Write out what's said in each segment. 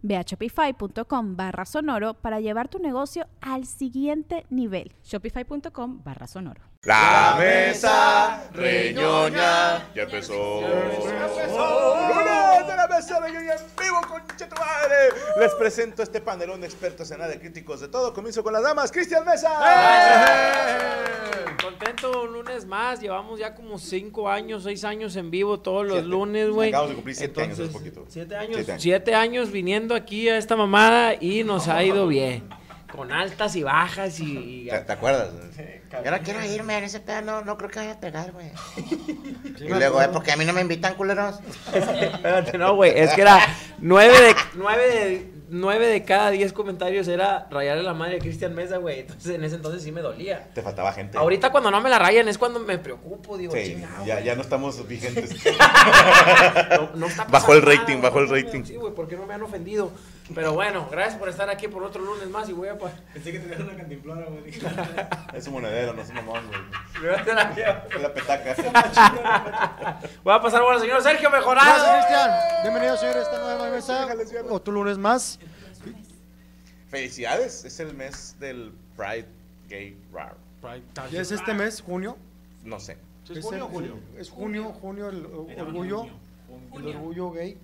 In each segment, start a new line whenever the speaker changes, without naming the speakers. Ve a shopify.com barra sonoro para llevar tu negocio al siguiente nivel.
Shopify.com barra sonoro.
La mesa reñoña ya empezó. ¡Lunes de la mesa reñoña en vivo con Chetumare! Les presento este panelón de expertos en nada, de críticos de todo. Comienzo con las damas. ¡Cristian Mesa!
Contento un lunes más. Llevamos ya como 5 años, 6 años en vivo todos los
Siete.
lunes, güey.
Acabamos de cumplir siete años hace
Entonces,
poquito.
Siete años.
Siete años.
siete años viniendo aquí a esta mamada y nos ha ido bien. Con altas y bajas y. y-
¿Te, te acuerdas?
Yo no quiero irme en ese pedo, no, no creo que vaya a pegar, güey.
Sí,
y
me
luego, eh,
acuerdo.
porque a mí no me invitan, culeros.
Espérate, no, güey. Es que era 9 de, nueve de, nueve de cada 10 comentarios era rayarle la madre a Cristian Mesa, güey. Entonces en ese entonces sí me dolía.
Te faltaba gente.
Ahorita cuando no me la rayan es cuando me preocupo, digo,
Sí,
chingado.
ya, ya no estamos vigentes.
No- no está
Bajó el
pasando
rating,
nada,
bajó el
güey.
rating.
Sí, güey, porque no me han ofendido. Pero bueno, gracias por estar aquí por otro lunes más y voy a pa-
es un monedero, no es un mamón, güey.
me voy a hacer la-
Es la petaca.
Voy a pasar bueno, señor Sergio Mejorado.
Gracias, Cristian. Bienvenido, señor, a esta nueva mesa.
Déjales, viernes.
Otro lunes más.
Felicidades, es el mes del Pride Gay Rar.
Y es este mes, junio.
No sé.
¿Es junio julio? Es junio, junio, el eh, orgullo. El orgullo gay.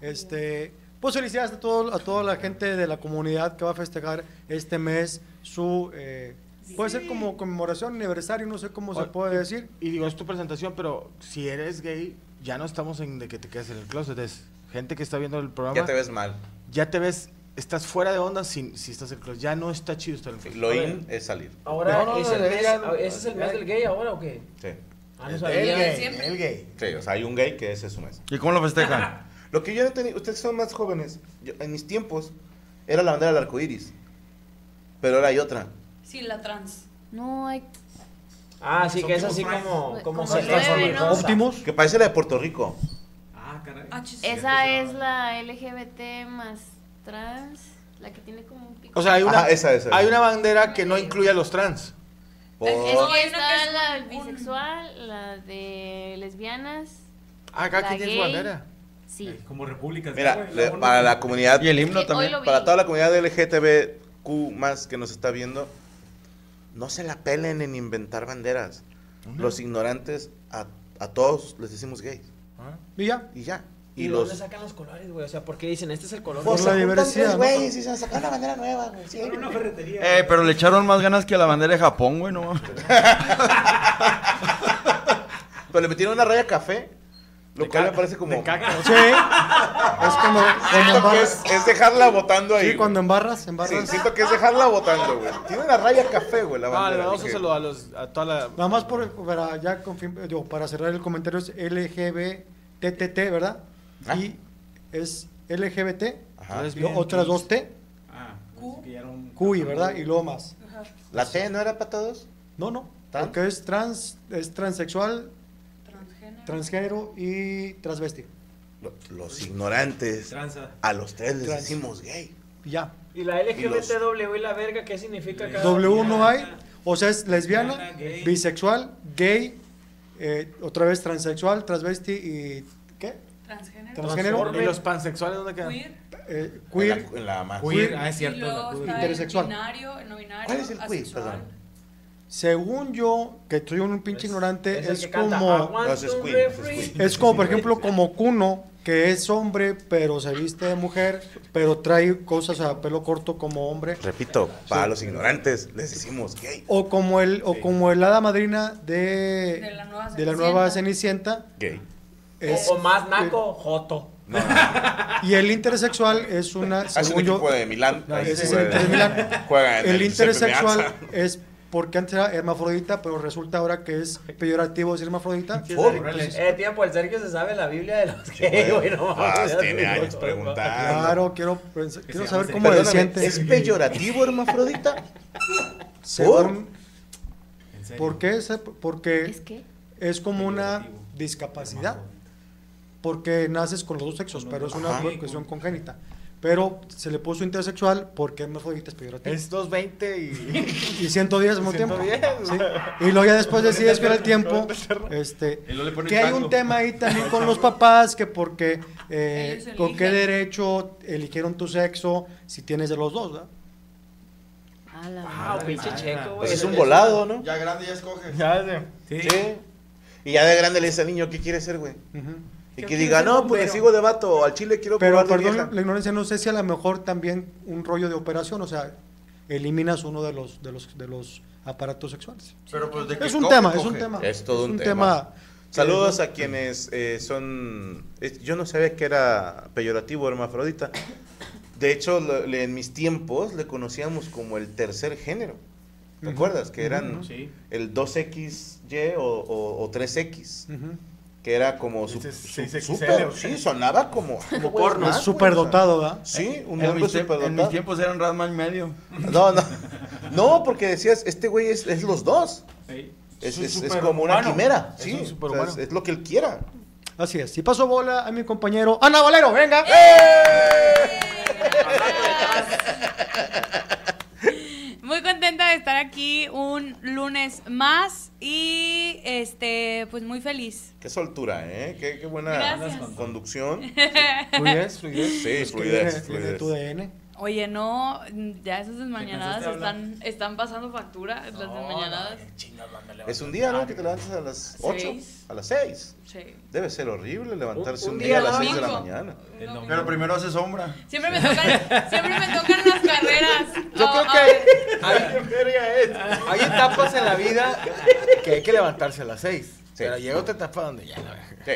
Este, pues felicidades a, todo, a toda la gente de la comunidad que va a festejar este mes su. eh, puede ser como conmemoración, aniversario, no sé cómo se
Oye,
puede decir.
Y digo, es tu presentación, pero si eres gay, ya no estamos en de que te quedes en el closet. Es gente que está viendo el programa.
Ya te ves mal.
ves, estás fuera de onda si, si estás en el closet. Ya no está chido estar en el closet.
Lo in es salir.
Ahora,
No, no, no,
¿es, el
de
mes, Ah,
ella,
¿ese es el mes del gay ahora o qué?
Sí.
Ah, no sabía.
el gay.
Sí, o sea, hay un gay que ese es su mes.
¿Y cómo lo festejan?
Lo que yo no tenía, ustedes son más jóvenes. Yo- en mis tiempos era la bandera del arco iris. Pero ahora hay otra.
Sí, la trans.
No, hay
Ah, sí, que es así como, como
Como
se transforma en
nueve, ¿no?
rosa.
Optimus.
Que parece la de Puerto Rico.
Ah, chis-
esa es la LGBT más trans, la que tiene como un pico.
O sea, hay una,
Ajá, Ah, esa, esa,
hay
esa.
una bandera que no incluye a los trans.
Por-
es
Oh.
que
Hay una que
está
es
la
un-
bisexual, la de lesbianas.
Ah, Acá
La
quien tiene su
gay.
bandera.
Sí.
Mira, le- para la comunidad.
himno también.
Para toda la comunidad LGTBQ más que nos está viendo, no se la pelen en inventar banderas. Los ignorantes a, a todos les decimos gays.
Y ya.
Y ya.
¿Y,
Y
de
los.
dónde sacan los colores, güey? O sea, ¿por qué dicen este es el color?
Por
Pues, se
la
juntan
diversidad,
tres
¿no?
güeyes y se sacan una bandera nueva, güey. Sí.
Eh, pero le echaron más ganas que a la bandera de Japón, güey, no mames.
Pero le metieron una raya café, lo cual me parece como.
Sí. Es como cuando
Siento que es,
embarras.
es dejarla botando ahí.
Sí, cuando embarras,
Sí,
embarras.
siento que es dejarla botando, güey. Tiene una raya café, güey, la
Ah, le
bandera.
damos un
dije.
saludo a, los, a toda la...
Nada más por, para, ya confirm- digo, para cerrar el comentario es LGBTTT, ¿verdad?
Ah.
Y es LGBT,
Ajá.
y otras dos T, QI, ¿verdad? Y luego más.
¿La T no era para todos?
No, no,
¿Trans?
porque es trans, es transexual,
Transgénero.
transgénero y transvesti.
Lo- Los ignorantes. A los tres les
Trans.
decimos gay.
Y ya.
¿Y la LGBTW y la verga qué significa? cada-
W no hay, o sea, es lesbiana, bisexual, gay, eh, otra vez transexual, transvesti y ¿qué?
Transgénero.
Transgénero,
¿Y los pansexuales dónde quedan?
Queer.
eh,
En
queer,
la, en la más.
Queer,
Y luego está el
Intersexual.
binario, el no binario.
¿Cuál es el queer?
asexual.
Perdón.
Según yo, que estoy un pinche ignorante,
Es
es,
el que canta, Ah, "I
como.
want
No, ese es
to
Queen, ese es
refresh".
Queen.
Es como, por ejemplo, como Kuno, que es hombre, pero se viste de mujer, pero trae cosas a pelo corto como hombre.
Repito, para los ignorantes les decimos gay.
O como el, o como el hada madrina de,
De la nueva
de la nueva Cenicienta.
Gay.
Oh,
es-
o, o más naco, Joto.
No, no.
Y el intersexual es una.
Es
Según
un
yo,
equipo de Milán.
No,
ahí
ese es
juega-
el Inter de Milán.
Juega en
el intersexual
Seprimeaza.
es porque antes era hermafrodita, pero resulta ahora que es peyorativo decir hermafrodita.
Oh,
Entonces,
Eh, tiempo, el Sergio se sabe la Biblia de los gays,
güey.
güey. No,
Ah,
mames,
tiene
no,
años
no,
preguntando.
Claro, quiero, pens- quiero saber cómo se
Perdóname,
siente.
¿Es peyorativo, hermafrodita?
Según-
¿En serio?
¿Por qué? Se- Porque
¿Es que?
es como una discapacidad. Porque naces con los dos sexos, pero es una
Ajá.
cuestión congénita. Pero se le puso intersexual porque hermafrodita es peyorativo.
Es 220 y.
Y 110 al mismo tiempo.
110.
Sí. Y luego ya después decides que era el tiempo. Este,
Y luego le ponen
que hay
tango.
un tema ahí también con los papás, que porque eh,
Ellos
con qué
eligen.
derecho eligieron tu sexo si tienes de los dos, ¿verdad?
A la
Ah, pinche checo, güey.
Pues es un volado, ¿no?
Ya grande ya escoges.
Ya sé.
Sí. Y ya de grande le dice al niño, ¿qué quiere ser, güey?
Ujú.
Y
Yo
que
quiero
diga,
ser
no, pues me
bombero".
sigo de vato, al chile quiero
Pero
probar de
perdón,
vieja".
la ignorancia no sé si a lo mejor también un rollo de operación, o sea, eliminas uno de los de los de los aparatos sexuales.
Pero pues de que
Es un
coge,
tema, es
coge.
un tema.
Es todo un tema.
que-
Saludos a quienes eh, son... es- Yo no sabía que era peyorativo hermafrodita. De hecho, lo- le- en mis tiempos le conocíamos como el tercer género. ¿Te
Ujú.
acuerdas? Que eran
Sí.
el 2XY o, o- o 3X.
Ujú.
Que era como... su-
Ese es
su-
6XL,
súper-
o
sí, sonaba como... Como
Es superdotado, ¿verdad?
Sí, un
En
hombre
mis, tiempos- en mis
superdotado.
tiempos era un Radma y medio.
No, no. No, porque decías, este güey es, es los dos. Es,
Es un
es- es
superhumano.
como una quimera.
Es
Sí,
un
o sea,
superhumano.
es, es lo que él quiera.
Así es. Si paso bola a mi compañero Ana Valero, venga.
Eh.
Muy contenta de estar aquí un lunes más y este pues muy feliz.
Qué soltura, ¿eh? Qué, qué buena
Gracias.
conducción.
Fluidez, fluidez.
Sí,
Es que viene,
fluidez,
viene de
fluidez.
tu DN.
Oye, no, ya esas desmañanadas
cansaste de hablar?
están, están pasando factura, las desmañanadas.
Es un día, ¿no? Que te levantas a las 8,
Seis.
a las 6.
Sí.
Debe ser horrible levantarse
Un-
un,
un
día,
día
a las
al
6 de la
domingo.
mañana.
Un domingo.
Pero primero hace sombra.
Siempre me tocan, siempre me tocan las carreras.
Yo
Ah,
creo
ah,
que hay,
Hay etapas en la vida que hay que levantarse a las 6. Pero llega otra etapa donde ya la
Sí.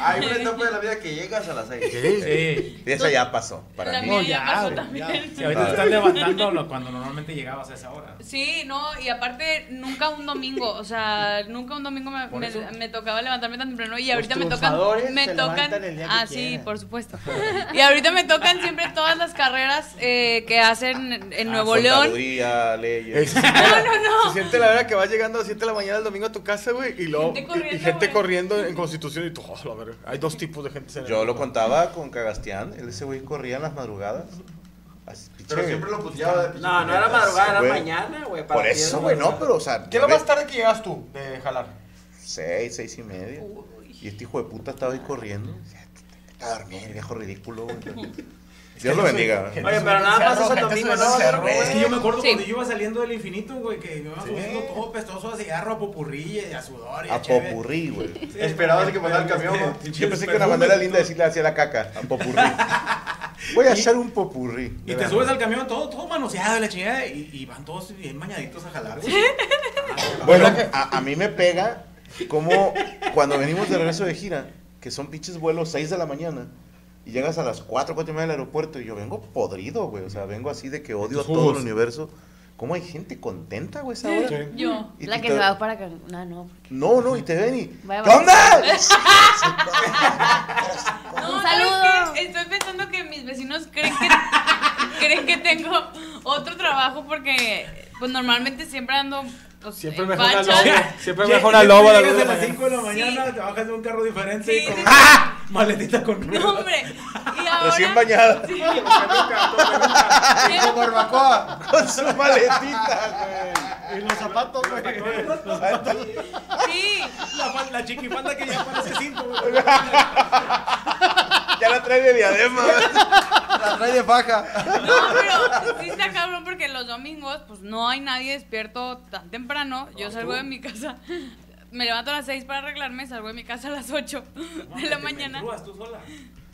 Hay una etapa de la vida que llegas a las 6.
Sí.
Y esa ya pasó para
la
mí.
mía ya
ya,
pasó
güey,
también.
Si ahorita te estás levantando lo- cuando normalmente llegabas a esa hora.
Sí, no, y aparte nunca un domingo, o sea, nunca un domingo me, me- me tocaba levantarme tan temprano y ahorita me tocan,
triunfadores
me
se
tocan,
levantan el día que
ah sí,
quieran.
por supuesto, y ahorita me tocan siempre todas las carreras eh, que hacen en- en Nuevo León,
Soldaduría, leyes.
no, no, no,
Se siente la hora que vas llegando a las 7 de la mañana el domingo a tu casa, güey, y luego
Gente
y- y,
corriendo,
gente
güey.
corriendo en Constitución y tú, oh, la verga. Hay dos tipos de gente. en el
Yo lo
mundo.
contaba con Cagastián. él Ese güey corría en las madrugadas. Así,
Pero
pinche-
siempre lo puteaba de
No, no era madrugada, era
Güey.
mañana, güey. para
Por
ti
eso,
es
güey, no,
madrugada.
pero, o sea,
¿Qué es lo más tarde que llegas tú de jalar?
Seis, seis y media. Y este hijo de puta estaba ahí corriendo. Está a dormir, viejo ridículo, güey. Dios lo bendiga. güey.
Oye, pero nada más es el domingo, ¿no?
Es que yo me acuerdo
Sí.
cuando yo iba saliendo del infinito, güey, que me iba subiendo todo pestoso a cigarro, a popurrí, y a sudor, y a,
A
cheve.
popurrí, güey.
Sí,
Esperabas
güey,
que pasara el
pero,
camión,
este,
¿no?
Yo pensé que
perfumes
una manera
y
linda
todo.
de decirle hacía la caca. A popurrí. Voy a hacer un popurrí.
Y te subes al camión todo, todo manoseado y la chingada, y, y van todos bien mañaditos a jalar, güey.
Bueno, a, a mí me pega como cuando venimos de regreso de gira, que son pinches vuelos 6 de la mañana, y llegas a las 4, 4 y media del aeropuerto, y yo vengo podrido, güey. O sea, vengo así de que odio a todo el universo. ¿Cómo hay gente contenta, güey, esa hora?
yo,
Y
La
te-
que se va para Cancún. No, no.
No, no, y te ven y.
Vaya,
¿Qué
vaya.
onda?
no,
Un
¿sabes
saludo.
qué? estoy pensando que mis vecinos creen que, creen que tengo otro trabajo porque, pues normalmente siempre ando, pues,
Siempre
en
mejor al
facha.
lobo. Siempre
Lle-
mejor al lobo a la
llegas
luz
a
de la
las
mañana.
5 de la mañana, te bajas de un carro diferente
Sí,
y con
sí,
una maletita con
No, hombre, y ahora...
Recién bañada.
Sí.
Con barbacoa
Con su maletita,
y los zapatos, güey.
Sí,
La, fal- la chiquifalda que ya parece cinto, güey.
güey. Ya la trae de diadema, güey.
La trae de faja.
No, pero sí está cabrón porque los domingos, pues no hay nadie despierto tan temprano.
Ah,
Yo salgo de mi casa, me levanto a las 6 para arreglarme, salgo de mi casa a las 8 de la mañana.
tú sola?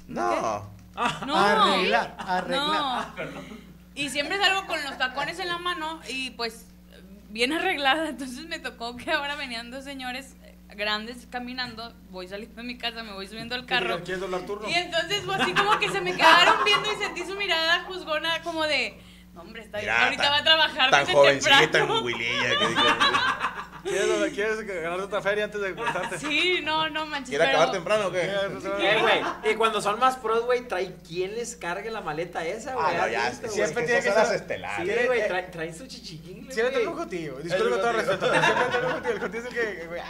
No.
No.
Arreglar,
No.
Ah,
arreglar.
Y siempre salgo con los tacones en la mano y pues bien arreglada. Entonces me tocó que ahora venían dos señores grandes caminando. Voy saliendo de mi casa, me voy subiendo al carro.
¿Quieres doblar turno?
Y entonces fue así como que se me quedaron viendo y sentí su mirada juzgona como de, no hombre, está bien,
Mira,
ahorita
tan-
va a trabajar
Tan
desde
jovencita,
temprano".
tan huililla. Que digo,
¿Quieres, ¿Quieres ganar otra feria antes de cortarte?
Sí, no, no manches.
¿Quiere
pero-
acabar temprano o qué?
Eh, güey, Y cuando son más pros, güey, trae quien les cargue la maleta esa, güey.
Ah, no,
¿Has
ya,
visto,
siempre
güey?
tiene que
Esas
ser-
horas
estelares.
Sí, güey, trae- traen su chichiquín.
Sí, era
güey.
el lujo, tío. Disculpe con todo
lujo, tío.
respeto. Sí, era el lujo, tío. El contigo es el que, güey.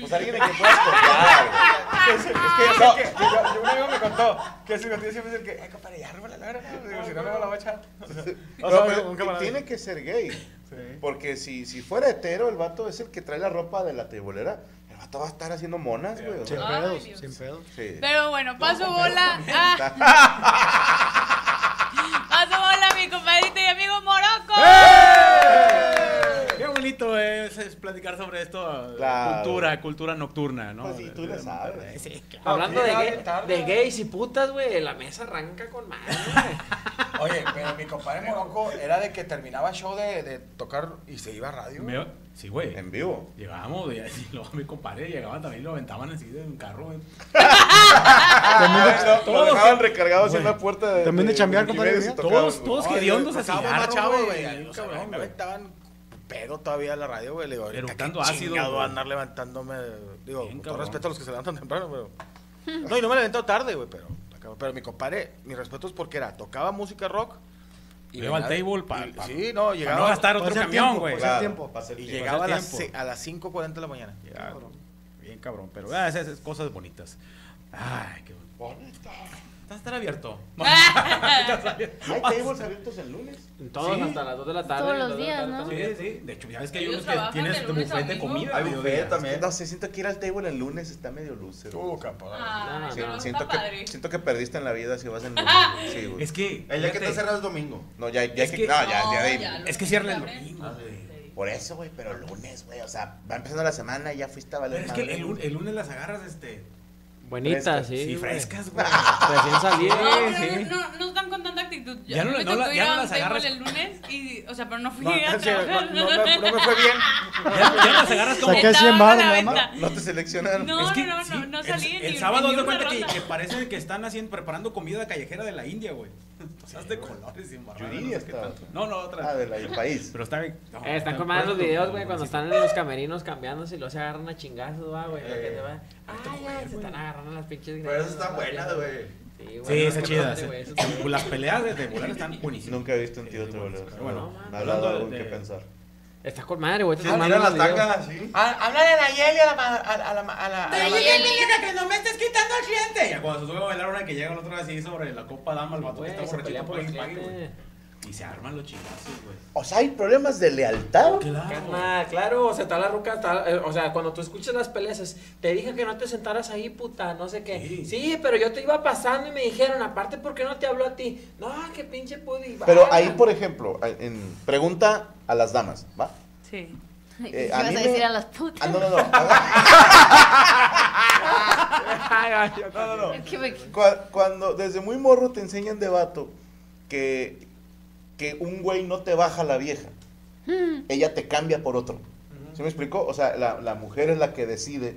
Pues alguien en que puedas confiar.
Es, es que yo sé que, que yo, yo un amigo me contó que ese contigo siempre es el que, ay, compadre, ya róbala la verga. Digo, si no me va la bocha.
No,
O sea,
pero
un camarada.
tiene que ser gay. Porque si, si fuera hetero, el vato es el que trae la ropa de la tribolera. El vato va a estar haciendo monas, güey. o
Sin
sea,
pedos,
Ay, Dios.
sin pedos.
sí.
Pero bueno, paso bola a... Paso bola a mi compadrito y amigo Morocco.
¡Eh!
Qué bonito es, es platicar sobre esto. ah,
Claro.
Cultura, cultura nocturna, ¿no?
Pues sí, tú le sabes.
Sí, claro.
Hablando de,
Llega
gay-
bien tarde.
de gays y putas, güey, la mesa arranca con madre, güey.
Oye, pero mi compadre Morocco era de que terminaba show de, de tocar y se iba a radio.
Me- sí, güey.
En vivo.
Llegábamos, y así, luego mi compadre llegaba también y lo aventaban así de un carro, güey.
Ah, lo, lo
todos-
dejaban recargado así en
Güey.
la puerta de.
También de chambear, compadre,
Jiménez y
¿no?
tocaban,
Todos-
güey.
todos-
Oye,
hediondos a
pasaba
cigarro,
más chavo,
güey,
güey.
ahí,
O sea,
cabrón,
a mí me
güey.
aventaban pedo todavía a la radio, güey. Le digo, ahorita
Eructando
qué
ácido,
chingado
güey.
a andar levantándome. Digo,
Bien,
con todo
cabrón.
respeto a los que se levantan temprano, pero... No, y no me levantó tarde, güey, pero... Pero mi compadre, mis respetos porque era, tocaba música rock...
Luego al
venía-
table pa-
y-
pa-
Sí, no,
Para
llegaba...
no gastar otro
Pasa el
camión,
tiempo,
güey.
pasa el
Claro,
tiempo.
pasa el
Y
tiempo.
llegaba a las,
tiempo.
se- a las 5.40 de la mañana.
Ya, Bien cabrón, pero ah, esas, esas cosas bonitas. Ay, qué bonito. Está estar abierto.
Ah,
Hay tables abiertos el lunes.
Todos
Sí.
hasta las 2 de la tarde.
Todos los
las dos de la
días,
tarde,
¿no?
hasta
Sí,
las
sí. De hecho, ya ves que hay
Ellos
unos que
trabajan de
tienes tu
lunes a
buffet de
domingo.
comida.
Hay
digo,
buffet
ya.
también. Uh,
No sé, siento que ir al table el lunes está medio lúcido.
Tú, capo.
Ah,
Sí,
pero
siento,
está
que,
padre.
siento que perdiste en la vida si vas en
Ah.
lunes. Sí, güey.
Es que.
El día que
fíjate,
está cerrado es domingo.
No, ya, ya
Es
que,
que-
no, ya, ya de-
ya, ¿eh? lo-
Es que cierra el
Abre.
domingo, güey.
Ah,
Por eso, güey, pero lunes, güey. O sea, va empezando la semana y ya fuiste a valer
Pero es que el,
madre,
el-
güey.
el lunes las agarras, este.
dos. Buenitas,
Frescas.
sí.
Sí,
güey.
frescas, güey.
Recién salidas.
No, pero
sí.
no, no, no están con tanta actitud. Yo-
Ya no-
me
no
tocó
la-
ir
ya
a
no
un
las
table
agarras.
el lunes y, o sea, pero no fui
No,
a
en serio, no,
trabajar.
no me, no me fue bien.
Ya, ya las agarras como.
Saqué
Estaban
100
a
baros
la
nada más.
venta.
No te seleccionaron.
No,
Es que,
no, no,
sí,
no
el-
salí
El,
ni-
sábado
ni
haz de
una
cuenta que,
ronda.
que parece que están haciendo, preparando comida callejera de la India, güey. Cosas de colores y embarradas.
Yuridia estaba.
No, no, otra.
Ah, del país.
Pero está bien. no,
Eh, están
está
con madre los
puesto,
videos, güey,
cabrón,
cuando
así.
están en los camerinos cambiándose y luego se agarran a chingazos, va, güey. lo que te va. Ay, ya, se están agarrando las pinches
Pero esas están buenas, güey.
Sí, güey.
Sí, esa
no,
chida.
no,
sí.
güey, eso está bueno.
Las peleas de de volar están buenísimas.
Nunca he visto un tío tribulero.
Pero
Bueno,
bueno,
me ha dado
hablando
algo
de-
que pensar.
Está con madre, güey.
Se
estos son
tiran
malos
las
videos.
tacas así.
Háblale a la Yeli, a la. ma- A, a la, ma- a la, a la
que no me estés quitando al cliente! Ya cuando se sube a bailar una que llega el otro así sobre la copa dama, el vato que
Güey,
está
se pelean
borrachito
por
por
el
el pague, güey.
cliente.
Y se arman los chingazos, güey.
O sea, hay problemas de lealtad.
Claro.
Carnal, claro, o sea, está la ruca, está- eh, o sea, cuando tú escuchas las peleas, es, te dije que no te sentaras ahí, puta, no sé qué. Sí.
Sí.
pero yo te iba pasando y me dijeron, aparte, ¿por qué no te habló a ti? No, qué pinche pudi.
Pero ahí, por ejemplo, en pregunta a las damas, ¿va?
Sí.
Eh,
¿Qué
a
vas a
mí me-
decir a las putas?
Ah, no, no, no. Haga-
no, no,
Es que me-
cua- Cuando desde muy morro te enseñan de vato que, que un güey no te baja la vieja, ella te cambia por otro. ¿Sí me explicó? O sea, la, la mujer es la que decide.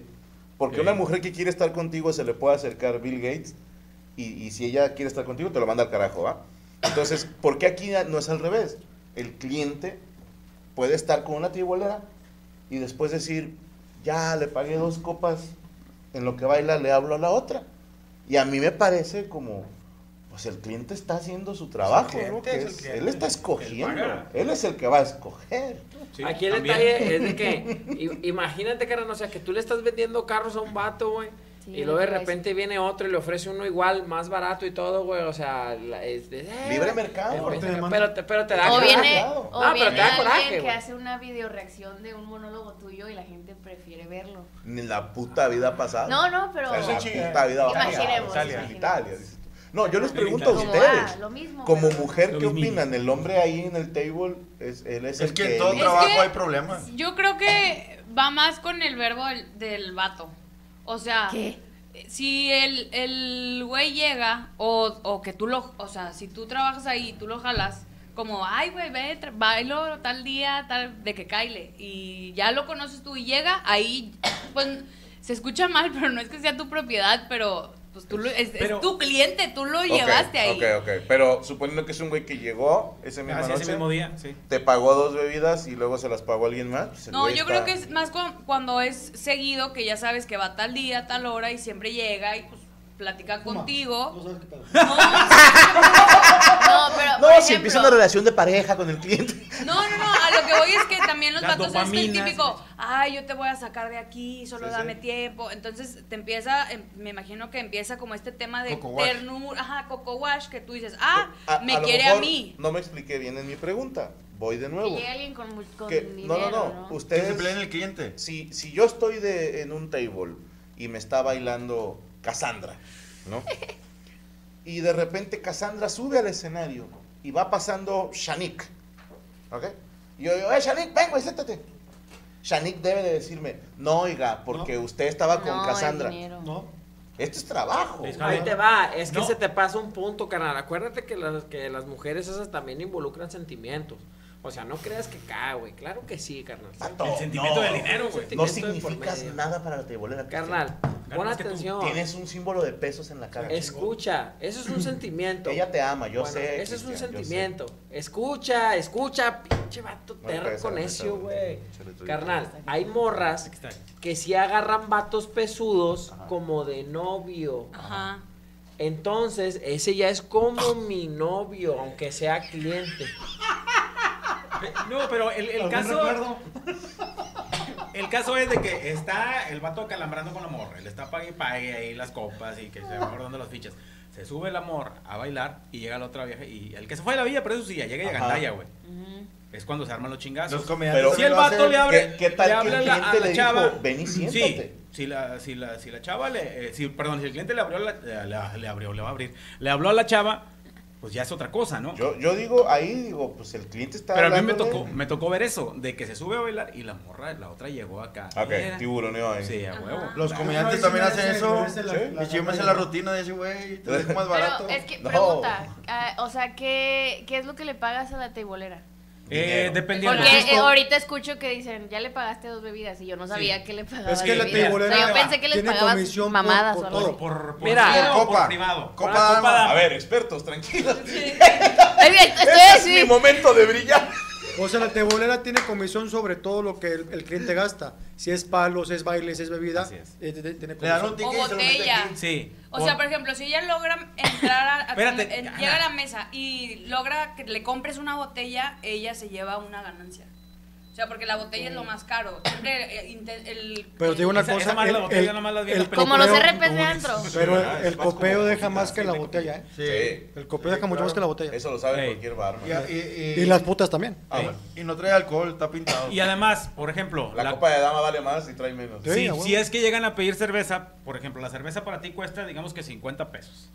Porque
Sí.
una mujer que quiere estar contigo se le puede acercar Bill Gates y, y si ella quiere estar contigo te lo manda al carajo, ¿va? Entonces, ¿por qué aquí no es al revés? El cliente puede estar con una tribolera y después decir, ya le pagué dos copas, en lo que baila le hablo a la otra. Y a mí me parece como, pues el cliente está haciendo su trabajo,
cliente
¿no? Que
es el
es-
cliente,
él está
el que
escogiendo,
paga.
él es el que va a escoger.
Sí,
Aquí el
también.
detalle es de que, i- imagínate, carnal, o sea, que tú le estás vendiendo carros a un vato, güey.
Sí, pues.
y luego de
lo que iba a
repente viene otro y le ofrece uno igual, más barato y todo, güey. O sea, la- es de- eh,
Libre
güey,
mercado.
es-
Corte
de mano.
pero, te- pero te da
O
coraje.
viene,
claro.
o
No, pero te
viene
da
alguien
coraje,
que
güey.
hace una videoreacción de un monólogo tuyo y la gente prefiere verlo.
Ni la puta vida pasada.
No, no, pero
O sea, la
Eso chinga.
puta vida va a pasar.
Imaginemos,
Italia,
imaginemos.
Italia, dices tú. No, yo les pregunto a
Como,
ustedes.
ah, lo mismo,
Como
pero-
mujer, ¿qué
Lo mismo.
opinan? El hombre ahí en el table es, él es,
Es
el
que
que.
en todo
Es trabajo que- hay
problemas.
Yo creo que va más con el verbo del, del vato. O sea,
¿Qué?
si el, el güey llega o, o que tú lo, o sea, si tú trabajas ahí y tú lo jalas, como, ay, güey, ve, tra- bailo tal día, tal, de que caile. Y ya lo conoces tú y llega, ahí, pues, se escucha mal, pero no es que sea tu propiedad, pero pues tú lo- es, es
Pero-
tu cliente, tú lo llevaste ahí.
Ok, ok. Pero suponiendo que es un güey que llegó ese mismo
Ah, sí, ese mismo día, sí.
Te pagó dos bebidas y luego se las pagó alguien más. pues el
No,
güey
yo
está-
creo que es más cu- cuando es seguido, que ya sabes que va tal día, tal hora y siempre llega y pues platica contigo. No, no, pero
No,
por
si empieza
ejemplo,
una relación de pareja con el cliente.
no, no, no, a lo que voy es que también los
Las
vatos es el
dopaminas.
típico, ay, yo te voy a sacar de aquí, solo
Sí, sí.
dame tiempo. Entonces te empieza, em, me imagino que empieza como este tema de
Coco wash.
ternura, ajá, coco wash, que tú dices, ah,
A-
me
a lo
quiere a
mejor
mí.
No me expliqué bien en mi pregunta. Voy de
Que
nuevo.
llegue alguien con, mu- con
Que- no, no,
dinero,
no,
¿no?
Ustedes,
Que se peleen
el cliente. Si, si yo estoy de, en un table y me está bailando Cassandra, ¿no? y de repente Cassandra sube al escenario y va pasando Shanik, ¿ok? Y yo digo, eh, Shanik, ven, güey, siéntate. Shanik debe de decirme, no, oiga, porque usted estaba con
No, el
Cassandra.
dinero.
No.
Esto es trabajo.
Ahí te va, es que se te pasa un punto, carnal. Acuérdate que las, que las mujeres esas también involucran sentimientos. O sea, no creas que cae, güey. Claro que sí, carnal.
El
sentimiento del dinero, güey.
No
Sentimiento de por
significas
medio.
nada para la tebolera.
Carnal, pon
es que tú
atención.
Tienes un símbolo de pesos en la cara.
Escucha, eso es un sentimiento.
Ella te ama, yo
Bueno,
sé.
Ese es un
Cristian, yo sé.
sentimiento. Escucha, escucha, pinche vato
No, espérate,
terco
espérate,
necio, güey.
espérate.
Carnal, hay morras que sí agarran vatos pesudos como de novio.
Ajá.
Entonces, ese ya es como mi novio, aunque sea cliente.
No, pero el, el
¿Algún
caso.
recuerdo?
El caso es de que está el vato calambrando con la morra. Le está pague y pague ahí las copas y que se va guardando las fichas. Se sube la morra a bailar y llega la otra vieja. Y el que se fue de la villa, pero eso sí, ya llega y
Ajá.
agandalla, güey. Es cuando se arman los chingazos.
Los comediantes
si el
lo hacen.
vato le abre.
¿Qué- qué tal que el
habla a
cliente le dijo, "Ven y siéntate"?
Sí, si la, si la, si la chava le. eh, si, perdón, si el cliente le abrió, la, eh, le- le abrió, le va a abrir. Le habló a la chava, pues ya es otra cosa, ¿no?
Yo, yo digo, ahí digo, pues el cliente está.
Pero a mí me
hablándole.
tocó, me tocó ver eso, de que se sube a bailar y la morra, la otra llegó acá.
Ah, Ok,
Era-
tiburoneo ahí.
Sí, a huevo.
Los
Claro.
comediantes también hacen eso.
Sí.
Y si yo me sé la rutina de ese güey, te dejo más barato.
Pero es que, pregunta, ah, o sea, ¿qué, ¿qué es lo que le pagas a la teibolera?
Eh, dependiendo.
Porque eh,
Esto-
ahorita escucho que dicen, ya le pagaste dos bebidas y yo no sabía que le pagaba
Es que la
bebidas.
teibolera
O sea, yo
va,
pensé que les
tiene
pagabas
comisión por-
mamadas
por
o algo.
todo.
así.
Por,
Mira,
privado o
copa, privado.
Copa
Una copa
dama.
dama.
A ver, expertos, tranquilos.
Ay, bien, estoy
Ese
así.
Este es mi momento de brillar.
O sea, la tebolera tiene comisión sobre todo lo que el, el cliente gasta. Si es palos, es baile, si es bebida. eh, te- te- tiene
Le dan
comisión.
un
O botella.
Sí.
O sea, por ejemplo, si ella logra entrar a, a-
Espérate,
en-
Ana.
llega a la mesa y logra que le compres una botella, ella se lleva una ganancia. O sea, porque la botella es lo más caro. Siempre eh, inte- el
Pero te digo una
Esa-
cosa.
esa más la botella, nomás las vi en las
Como los
copeo-
RPs de antro.
Pero
Ah,
el,
es
el
más
copeo
como
deja más que la botella, ¿eh? El copeo deja mucho más que la botella.
Eso lo sabe cualquier bar.
Y- y-
Y las putas también.
Ah, bueno.
Y no trae alcohol, está pintado.
Y además, por ejemplo,
La, copa de dama vale más y trae menos.
si- si, es que llegan a pedir cerveza, por ejemplo, la cerveza para ti cuesta, digamos que 50 pesos.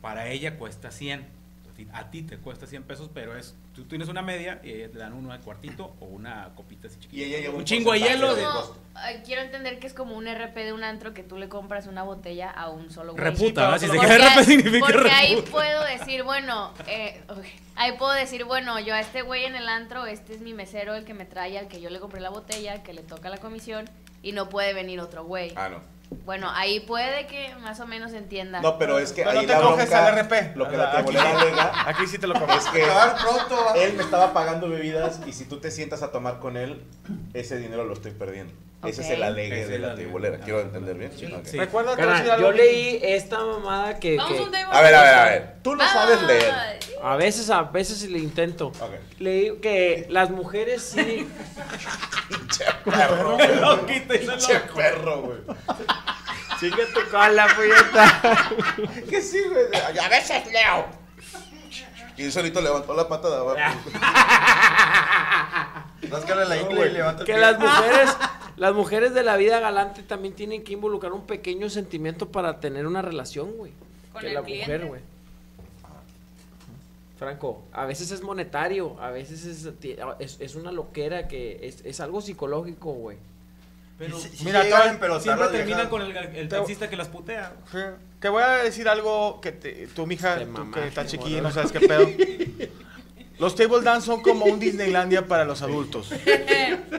Para ella cuesta 100. A ti, a ti te cuesta 100 pesos, pero es tú tienes una media y ella te dan uno de cuartito o una copita así chiquita.
Y ella lleva
un
un
chingo de
porcentaje
hielo.
de
de-
Como, ay, quiero entender que es como un RP de un antro que tú le compras una botella a un solo güey.
Reputa, ¿verdad? Si se
Porque-
queda RP significa
Porque ahí
reputa.
puedo decir, bueno, eh, ok, ahí puedo decir, bueno, yo a este güey en el antro, este es mi mesero, el que me trae, al que yo le compré la botella, al que le toca la comisión, y no puede venir otro güey.
Ah, no.
Bueno, ahí puede que más o menos entienda.
No, pero es que
Pero no
ahí
te
la
coges
bronca,
al RP.
Lo que la
Aquí-
tebolera alega.
Aquí sí te lo
Es que
Acabar pronto, va.
él me estaba pagando bebidas y si tú te sientas a tomar con él, ese dinero lo estoy perdiendo. Ese es el alegue
Ese
de
es
la
el alegue. Ah,
tebolera. Quiero entender bien. Ok.
sí.
Recuerda
te voy a decir
yo
algo que-
leí esta mamada que.
Vamos
que-
a un table.
A ver, a ver, a ver. Tú no sabes leer.
A veces, a veces le intento. Leí que las mujeres sí.
perro,
güey. Lo quita y se lo-
Pinche perro, güey.
Sigue tu cola, puñeta.
¿Qué sí, güey? Ay, A veces leo. Y él solito levantó la pata de abajo.
Ah.
Ráscale la ingle y levanta el
Que
pie.
las mujeres, las mujeres de la vida galante también tienen que involucrar un pequeño sentimiento para tener una relación, güey.
Con
Que
el
la
cliente.
mujer, güey. Franco, a veces es monetario, a veces es, es, es una loquera que es, es algo psicológico, güey.
Pero
Sí, sí
mira,
llegan
todo-
a empelotar
siempre
las
terminan
viejas.
con el, el
Te-
taxista que las putea.
Te voy a decir algo que te- tu mija, tú que
mamaste,
estás chiquilla,
Este morón.
no sabes qué pedo. Los table dance son como un Disneylandia para los adultos.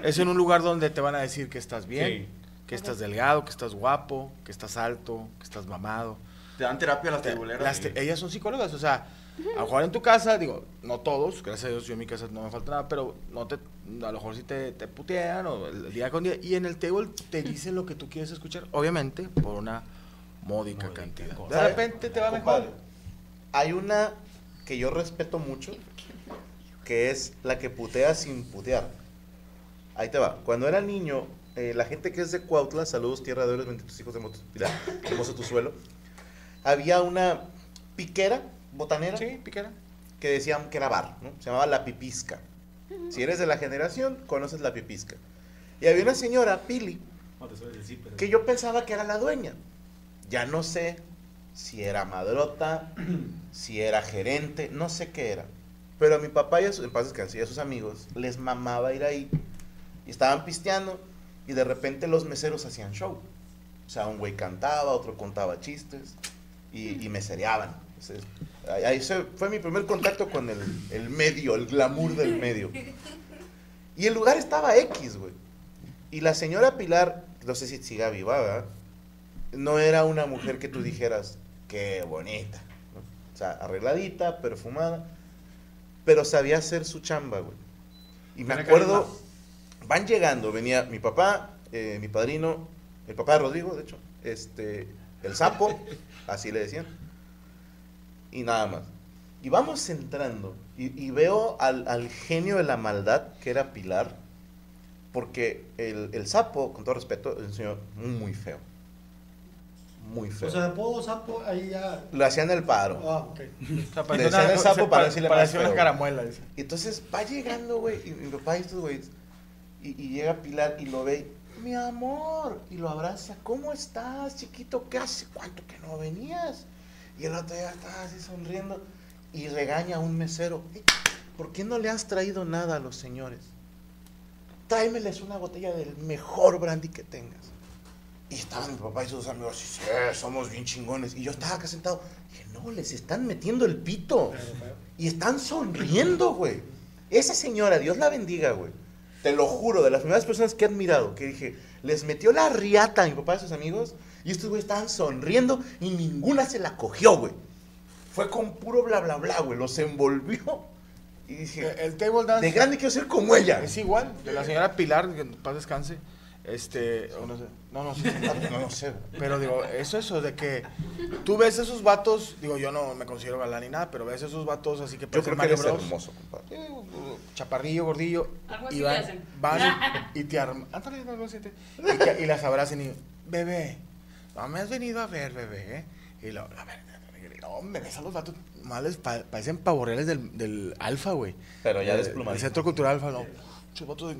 Es en un lugar donde te van a decir que estás bien, que estás delgado, que estás guapo, que estás alto, que estás mamado.
Te dan terapia las
Te-
tribuleras.
las te- ellas son psicólogas, o sea, a lo mejor en tu casa, digo, no todos, gracias a Dios, yo en mi casa no me falta nada, pero no te, a lo mejor sí te, te putean o el, el día con día. Y en el table te dicen lo que tú quieres escuchar, obviamente, por una módica, cantidad. De
¿Sabe?
repente te va
Compadre,
mejor.
Hay una que yo respeto mucho, que es la que putea sin putear. Ahí te va. Cuando era niño, eh, la gente que es de Cuautla, saludos, tierra de oro, benditos hijos de Motu- mira, hermoso tu suelo. Había una piquera, botanera.
Sí, piquera.
Que decían que era bar, ¿no? Se llamaba La Pipisca. Si eres de la generación, conoces La Pipisca. Y había una señora, Pili,
No, te suele decir, pero-
que yo pensaba que era la dueña. Ya no sé si era madrota, si era gerente, no sé qué era. Pero a mi papá y a sus, en paz descanse, y a sus amigos les mamaba ir ahí. Y estaban pisteando y de repente los meseros hacían show. O sea, un güey cantaba, otro contaba chistes y, y mesereaban. Entonces, ahí- ahí se- fue mi primer contacto con el, el medio, el glamour del medio. Y el lugar estaba X, güey. Y la señora Pilar, no sé si siga viva, ¿verdad? No era una mujer que tú dijeras, qué bonita. ¿no? O sea, arregladita, perfumada. Pero sabía hacer su chamba, güey. Y me
Tiene
acuerdo, van llegando, venía mi papá, eh, mi padrino, el papá de Rodrigo, de hecho, este, el sapo, así le decían. Y nada más. Y vamos entrando y, y veo al, al genio de la maldad, que era Pilar, porque el, el sapo, con todo respeto, es un señor muy feo. Muy feo.
O sea, puedo sapo ahí ya.
Lo hacían el paro.
Ah, ok.
Le decían el sapo para decirle más
parecía una
feo.
caramuela. dice.
Y entonces va llegando, güey, y mi papá y estos güeyes. Y, y llega Pilar y lo ve, y, mi amor, y lo abraza. ¿Cómo estás, chiquito? ¿Qué hace? ¿Cuánto que no venías? Y el otro ya está así sonriendo y regaña a un mesero. "Ey, ¿Por qué no le has traído nada a los señores? Tráemeles una botella del mejor brandy que tengas. Y estaban mi papá y sus amigos, sí, sí, somos bien chingones. Y yo estaba acá sentado, dije, no, les están metiendo el pito. Y están sonriendo, güey. Esa señora, Dios la bendiga, güey. Te lo juro, de las primeras personas que he admirado, que dije, les metió la riata a mi papá y a sus amigos, y estos güey estaban sonriendo y ninguna se la cogió, güey. Fue con puro bla bla bla, güey. Los envolvió y dije,
El table dance.
de grande quiero ser como ella.
Eh, Es igual, de la señora Pilar, que en paz descanse. Este, o no sé. No, no sé.
no, no sé.
Pero digo, eso, eso, de que tú ves esos vatos, digo, yo no me considero galán ni nada, pero ves esos vatos así que
Yo creo
parecen
que eres
Mario Bros,
hermoso, compadre.
chaparrillo, gordillo,
Algo así
y
te
van,
hacen.
van y, y te arman, y, te- y las abrazan y, bebé, no me has venido a ver, bebé, y lo, a ver, no, me ves a los vatos, males, pa- parecen pavorreales del, del alfa, güey.
Pero ya
Del-
desplumados.
del centro cultural alfa, no, esos vatos,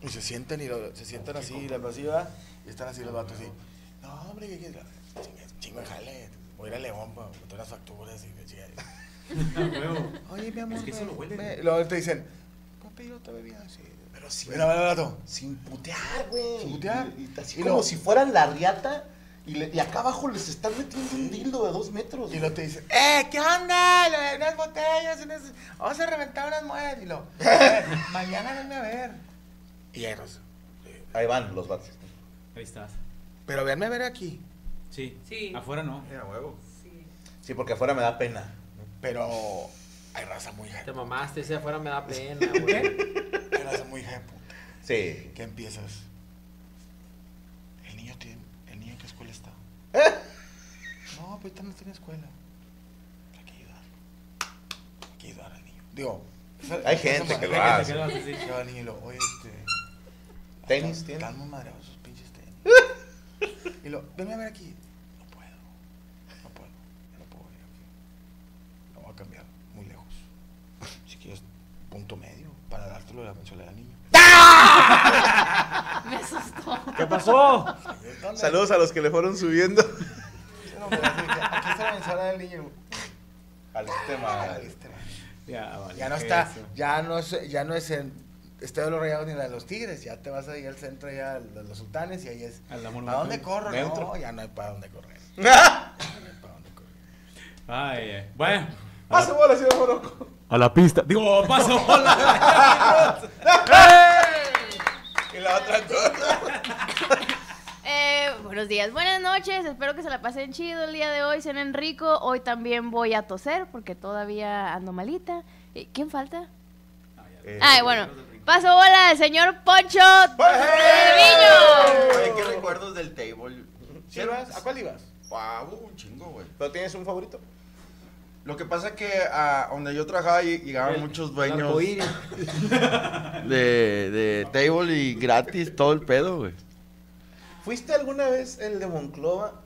y se sienten, y lo- se sientan así, y la pasiva, y están así los vatos, así, no, hombre, que quieres, chingo, jale, voy a ir a León, pa, meter unas facturas, y que chinga.
Ah,
Oye, mi amor,
Es que eso
ve-
lo huelen.
ve- luego te dicen, ¿puedo pedir otra bebida? Sí.
Pero sí,
Mira, mira, mira,
sin putear, güey.
Sin putear.
Y, y así
Y
como
lo-
si fueran la riata. Y, le- y acá abajo les están metiendo un dildo de dos metros.
Y
güey.
luego te dicen, ¡eh, qué onda! Lo- Unas botellas, unas... vamos a reventar unas muelas. Y lo, "Eh, mañana venme a ver. Y ahí nos-
Ahí van los vatos.
Ahí estás.
Pero venme a ver aquí.
Sí.
Sí.
Afuera no.
Era huevo.
Sí, porque afuera me da pena.
Pero hay raza muy
Te
jeputa.
mamaste, ese afuera me da pena, güey.
Hay raza muy jeputa.
Sí.
¿Qué empiezas? El niño tiene... ¿El niño en qué escuela está?
¿Eh?
No, pues ahorita no está en escuela. Hay que ayudar. Hay que ayudar al niño. Digo... pues, esa-
Hay
esa
gente
ma-
que lo
hay
hace.
Te quedas así.
Yo al niño y lo, oye, este...
Tenis
Están-
tiene.
Están muy madreados esos pinches tenis. y lo, venme a ver aquí. No puedo. No puedo. ya No puedo venir aquí. Lo voy a cambiar. Muy lejos. Si quieres, punto medio para dártelo de la consola del niño.
Me asustó.
¿Qué pasó?
Saludos a los que le fueron subiendo.
Aquí está la consola del niño.
Al sistema.
Este, man.
Ya, vale,
Ya no
que
está,
eso.
ya no es, ya no es en Estadio de los Rayados ni la de los Tigres, ya te vas ahí al centro ya al de los sultanes y ahí es ¿A
Monumental.
dónde corro?
Dentro.
No, ya no hay para dónde correr.
Ah,
Ay, ay. Bueno.
Pase bola, señor Morocco.
A la pista. Digo, paso
y la otra
Eh, buenos días, buenas noches. Espero que se la pasen chido el día de hoy. Cenen rico. Hoy también voy a toser porque todavía ando malita. Eh, ¿Quién falta? Ah, Ay, bueno. Paso bola al señor Poncho Treviño.
Oye, ¿qué recuerdos del table?
¿Sí ibas? ¿A cuál ibas?
Wow, un chingo, güey.
¿Pero tienes un favorito?
Lo que pasa que a donde yo trabajaba lleg- llegaban muchos dueños de, de table y gratis todo el pedo, güey.
¿Fuiste alguna vez el de Monclova,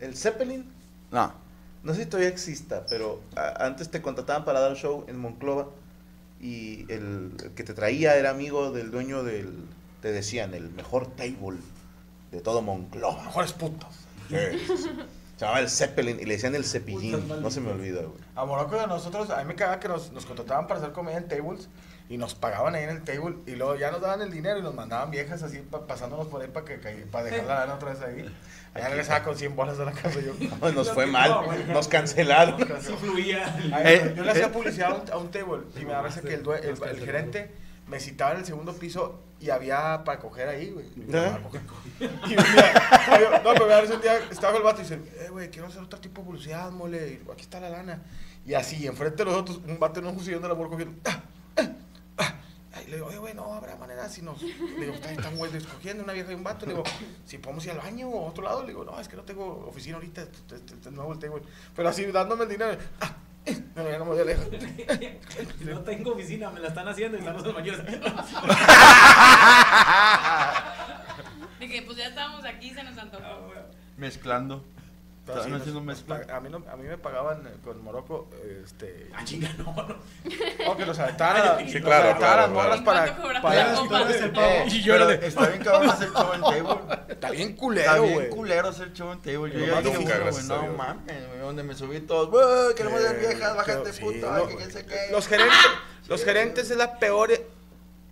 el Zeppelin?
No.
No sé si todavía exista, pero a- antes te contrataban para dar show en Monclova y el, el que te traía era amigo del dueño del, te decían, el mejor table de todo Monclova. Mejores putos. Se llamaba el Zeppelin y le decían el cepillín. No se me olvida, güey.
A Morocco de nosotros, a mí me cagaba que nos, nos contrataban para hacer comida en tables y nos pagaban ahí en el table y luego ya nos daban el dinero y nos mandaban viejas así pa- pasándonos por ahí para que, para dejar la lana otra vez ahí. Allá regresaba con 100 bolas a la casa yo.
No, nos fue mal, nos cancelaron.
Sí
fluía.
Ay, yo le hacía publicidad a un, a un table y me da risa que el, due- el- el gerente me citaba en el segundo piso y había para coger ahí, güey. Y yo,
¿Eh?
no, pero me da risa un día, estaba con el vato y dice, eh, güey, quiero hacer otro tipo de publicidad, mole, y aquí está la lana. Y así, enfrente de los otros, un vato en un cuchillón de labor cogiendo. ah, ah, ah. Y le digo, oye, güey, no habrá manera si nos. Le digo, están, están güey, escogiendo una vieja y un vato. Le digo, si podemos ir al baño o a otro lado. Le digo, no, es que no tengo oficina ahorita, este, este, este, no volteé, güey. Pero así, dándome el dinero. ah, eh, no, ya no me voy a lejos.
No tengo oficina, me la están haciendo y estamos los mayores.
De que pues ya estábamos aquí, se nos antojó.
Mezclando.
Pero
Estaban
sí,
haciendo
nos-
mezcla.
A mí, no, a mí me pagaban eh, con Morocco, este...
Ah, chinga, no, no.
No, que los aventaran.
Sí, claro, claro,
las morras
claro.
para...
¿Y cuánto
para
cobraste? ¿Cuánto es el pago?
Eh,
Y yo
pero
le-
Está bien cabrón hacer show en table. Está bien
Está
culero,
bien
güey.
culero hacer show en table. Yo
Nomás
ya dije,
nunca,
uno, güey,
gracias a
no
Dios.
mames, güey, donde me subí todos, güey, queremos ver viejas, bájate,
sí,
puta,
no,
que quién sé qué.
Los gerentes, los gerentes es la peor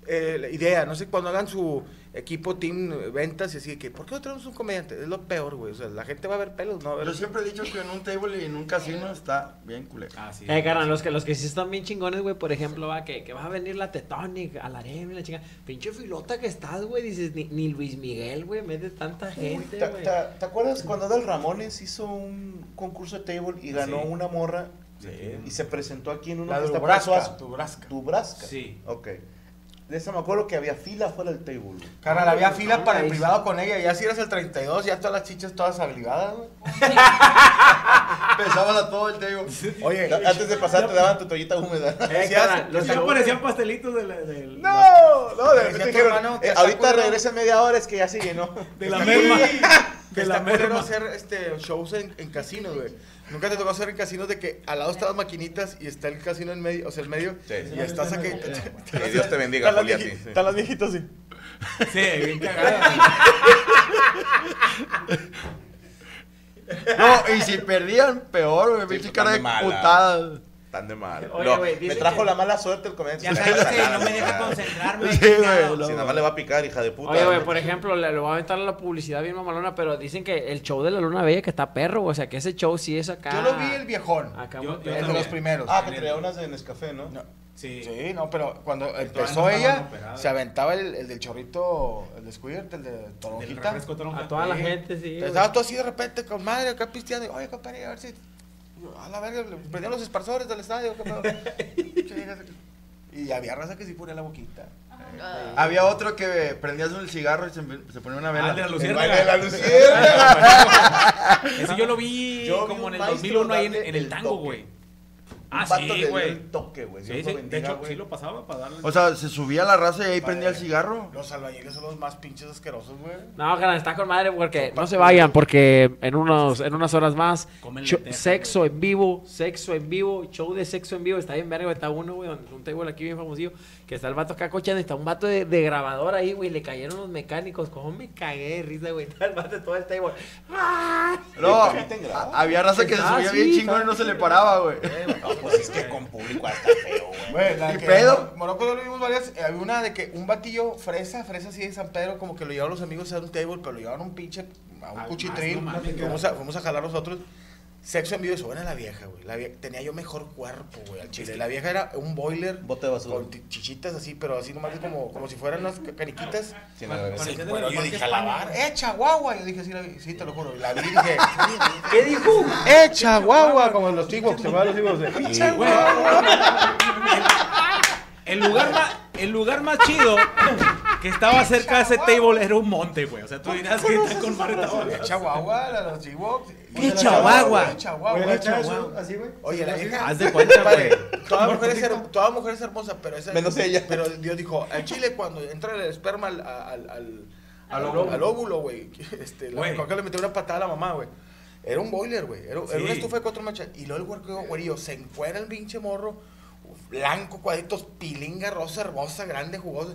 eh, la idea. No sé, cuando hagan su equipo team eh, ventas y así, que ¿por qué no tenemos un comediante? Es lo peor, güey. O sea, la gente va a ver pelos, ¿no? va a ver-
Yo siempre he dicho que en un table y en un casino está bien culero.
Ah, sí.
Eh, carnal, los que, los que sí están bien chingones, güey, por ejemplo, va, que, que va a venir la Tetonic, a la arena y la chinga. Pinche filota que estás, güey, dices, ni, ni Luis Miguel, güey, mete tanta gente,
¿Te,
güey.
te- te acuerdas cuando Adal Ramones hizo un concurso de table y ganó
Sí.
una morra
Sí.
y se presentó aquí en uno
La
que está por
Dubrasca,
Suazo?
Dubrasca.
Dubrasca.
Sí.
Ok. De esa me acuerdo que había fila fuera del table.
Carnal, había fila para el privado con ella. Ya si eras el 32, ya todas las chichas todas habilidadas, güey.
Empezabas a todo el table.
Oye,
A- Antes de pasar te daban tu toallita húmeda.
Eh,
Sí,
carnal,
hace-
los que parecían pastelitos de la, del-
No, no, de
Decía
repente
tu
dijeron,
hermano,
eh,
te
ahorita
sacudo.
regresa en media hora, es que ya se llenó.
de la merma.
Que
De
la
la merma.
hacer este, shows en, en casinos, güey. Nunca te tocó hacer en casinos de que al lado están las maquinitas y está el casino en medio, o sea, el medio, y estás aquí.
Que Dios te bendiga,
Están
Juli,
las
a ti,
vieji-
sí.
Están las viejitas, sí.
Sí, bien cagada.
No, y si perdían, peor, güey, pinche cara de putada.
Tan de mal.
Oye,
Lo-
güey,
me
dice
trajo
que-
la mala suerte el comediante.
Ya
Sí,
cállate,
nada,
no me deja
nada.
concentrarme.
Sí, güey,
chingado.
lo-
Si nada más le va a picar, hija de puta.
Oye, güey, por ejemplo, le, le voy a aventar la publicidad bien mamalona, pero dicen que el show de la Luna Bella que está perro, güey, o sea, que ese show sí es acá.
Yo lo vi el viejón.
Acá
Yo-
muy
yo
perro.
en los
también.
primeros.
Ah, que traía unas de Nescafé, ¿no?
No.
Sí.
Sí, no, pero cuando empezó
todavía no
ella,
estaban operadas.
se aventaba el, el del chorrito, el de Squirt, el de
Del
Toronjita.
refresco toronja.
A toda la gente, sí.
Entonces,
güey.
Estabas tú así de repente con madre, acá pisteando. y, Oye, compadre, a ver si. yo, A la verga, le prendían los esparsores del estadio. qué pedo". Che, viejas acá. y había raza que sí ponía la boquita. Este,
Había otro que prendías un cigarro y se, se ponía una vela.
Ah, el de la
El
luciérnaga. Ah,
baile de la luciérnaga.
Ese yo lo vi
Yo vi
como en
un
el
maestro
2001 ahí en,
darle
en el
el
tango,
toque.
güey.
Un
Ah,
vato le
sí,
dio
güey.
el toque, güey.
Sí,
Dios
sí,
lo
De
bendiga,
hecho,
güey.
sí lo pasaba para darle.
O sea, se subía la raza y ahí prendía el cigarro.
Los albañiles son los más pinches asquerosos, güey.
No, carnal, está con madre porque no se vayan porque en unos en unas horas más
Comen
cho-
lentejas,
sexo en vivo, sexo en vivo, show de sexo en vivo, está bien verga, güey, está uno, güey, donde- un table aquí bien famosillo, que está el vato acá cochando, está un vato de, de grabador ahí, güey, le cayeron los mecánicos, cómo me cagué de risa, güey, está el vato de todo el table. ¡Ah!
No,
te graba?
había raza que se
Ah,
subía
sí,
Ah,
bien chingón
está-
y no se le paraba, güey.
Eh, güey, no, Pues es que con público hasta feo,
Güey,
güey.
la
¿Y
que-
pedo?
Morocco yo lo vimos varias. eh, Había una de que un batillo fresa, fresa así de San Pedro, como que lo llevaron los amigos a un table, pero lo llevaron a un pinche, a un
Al
cuchitril.
más, no mames,
fuimos, a, fuimos a jalar nosotros. Sexo en vivo, eso era la vieja, güey. La vie- tenía yo mejor cuerpo, güey, al chile. La vieja era un boiler. Bote de basura. Con ti- chichitas así, pero así nomás como, como si fueran unas ca- cariquitas.
Sí, la verdad,
Con el
sí.
dedo
Bueno,
del
yo
Parque
dije, a la
España.
barra.
Echa guagua. "Eh, Yo dije, sí, la vi. Sí, te lo juro. Y La vi y dije.
¿Qué dijo?
Echa guagua, como en los Ewoks. Se van los Ewoks de. Echa
El lugar más, el lugar más chido que estaba cerca de ese table era un monte, güey. O sea, tú dirás que está con
De Chihuahua, la de los Ewoks.
¡Qué Chihuahua!
De Chihuahua,
Güey,
de
la chava es
Chihuahua.
así, güey.
Oye, la vieja.
Haz de cuenta,
Compadre,
güey.
Toda mujer, es her- toda mujer es hermosa, pero esa.
Menos ella.
Pero Dios dijo: al chile, cuando entra el esperma al. al, al al,
óvulo.
al óvulo, güey. Este, la
Güey.
coca le metió una patada a la mamá, güey. Era un boiler, güey. Era, era
Sí.
una estufa de cuatro machas. Y luego el huerco, güerillo, se encuera el pinche morro, blanco, cuadritos, pilinga, rosa, hermosa, grande, jugosa.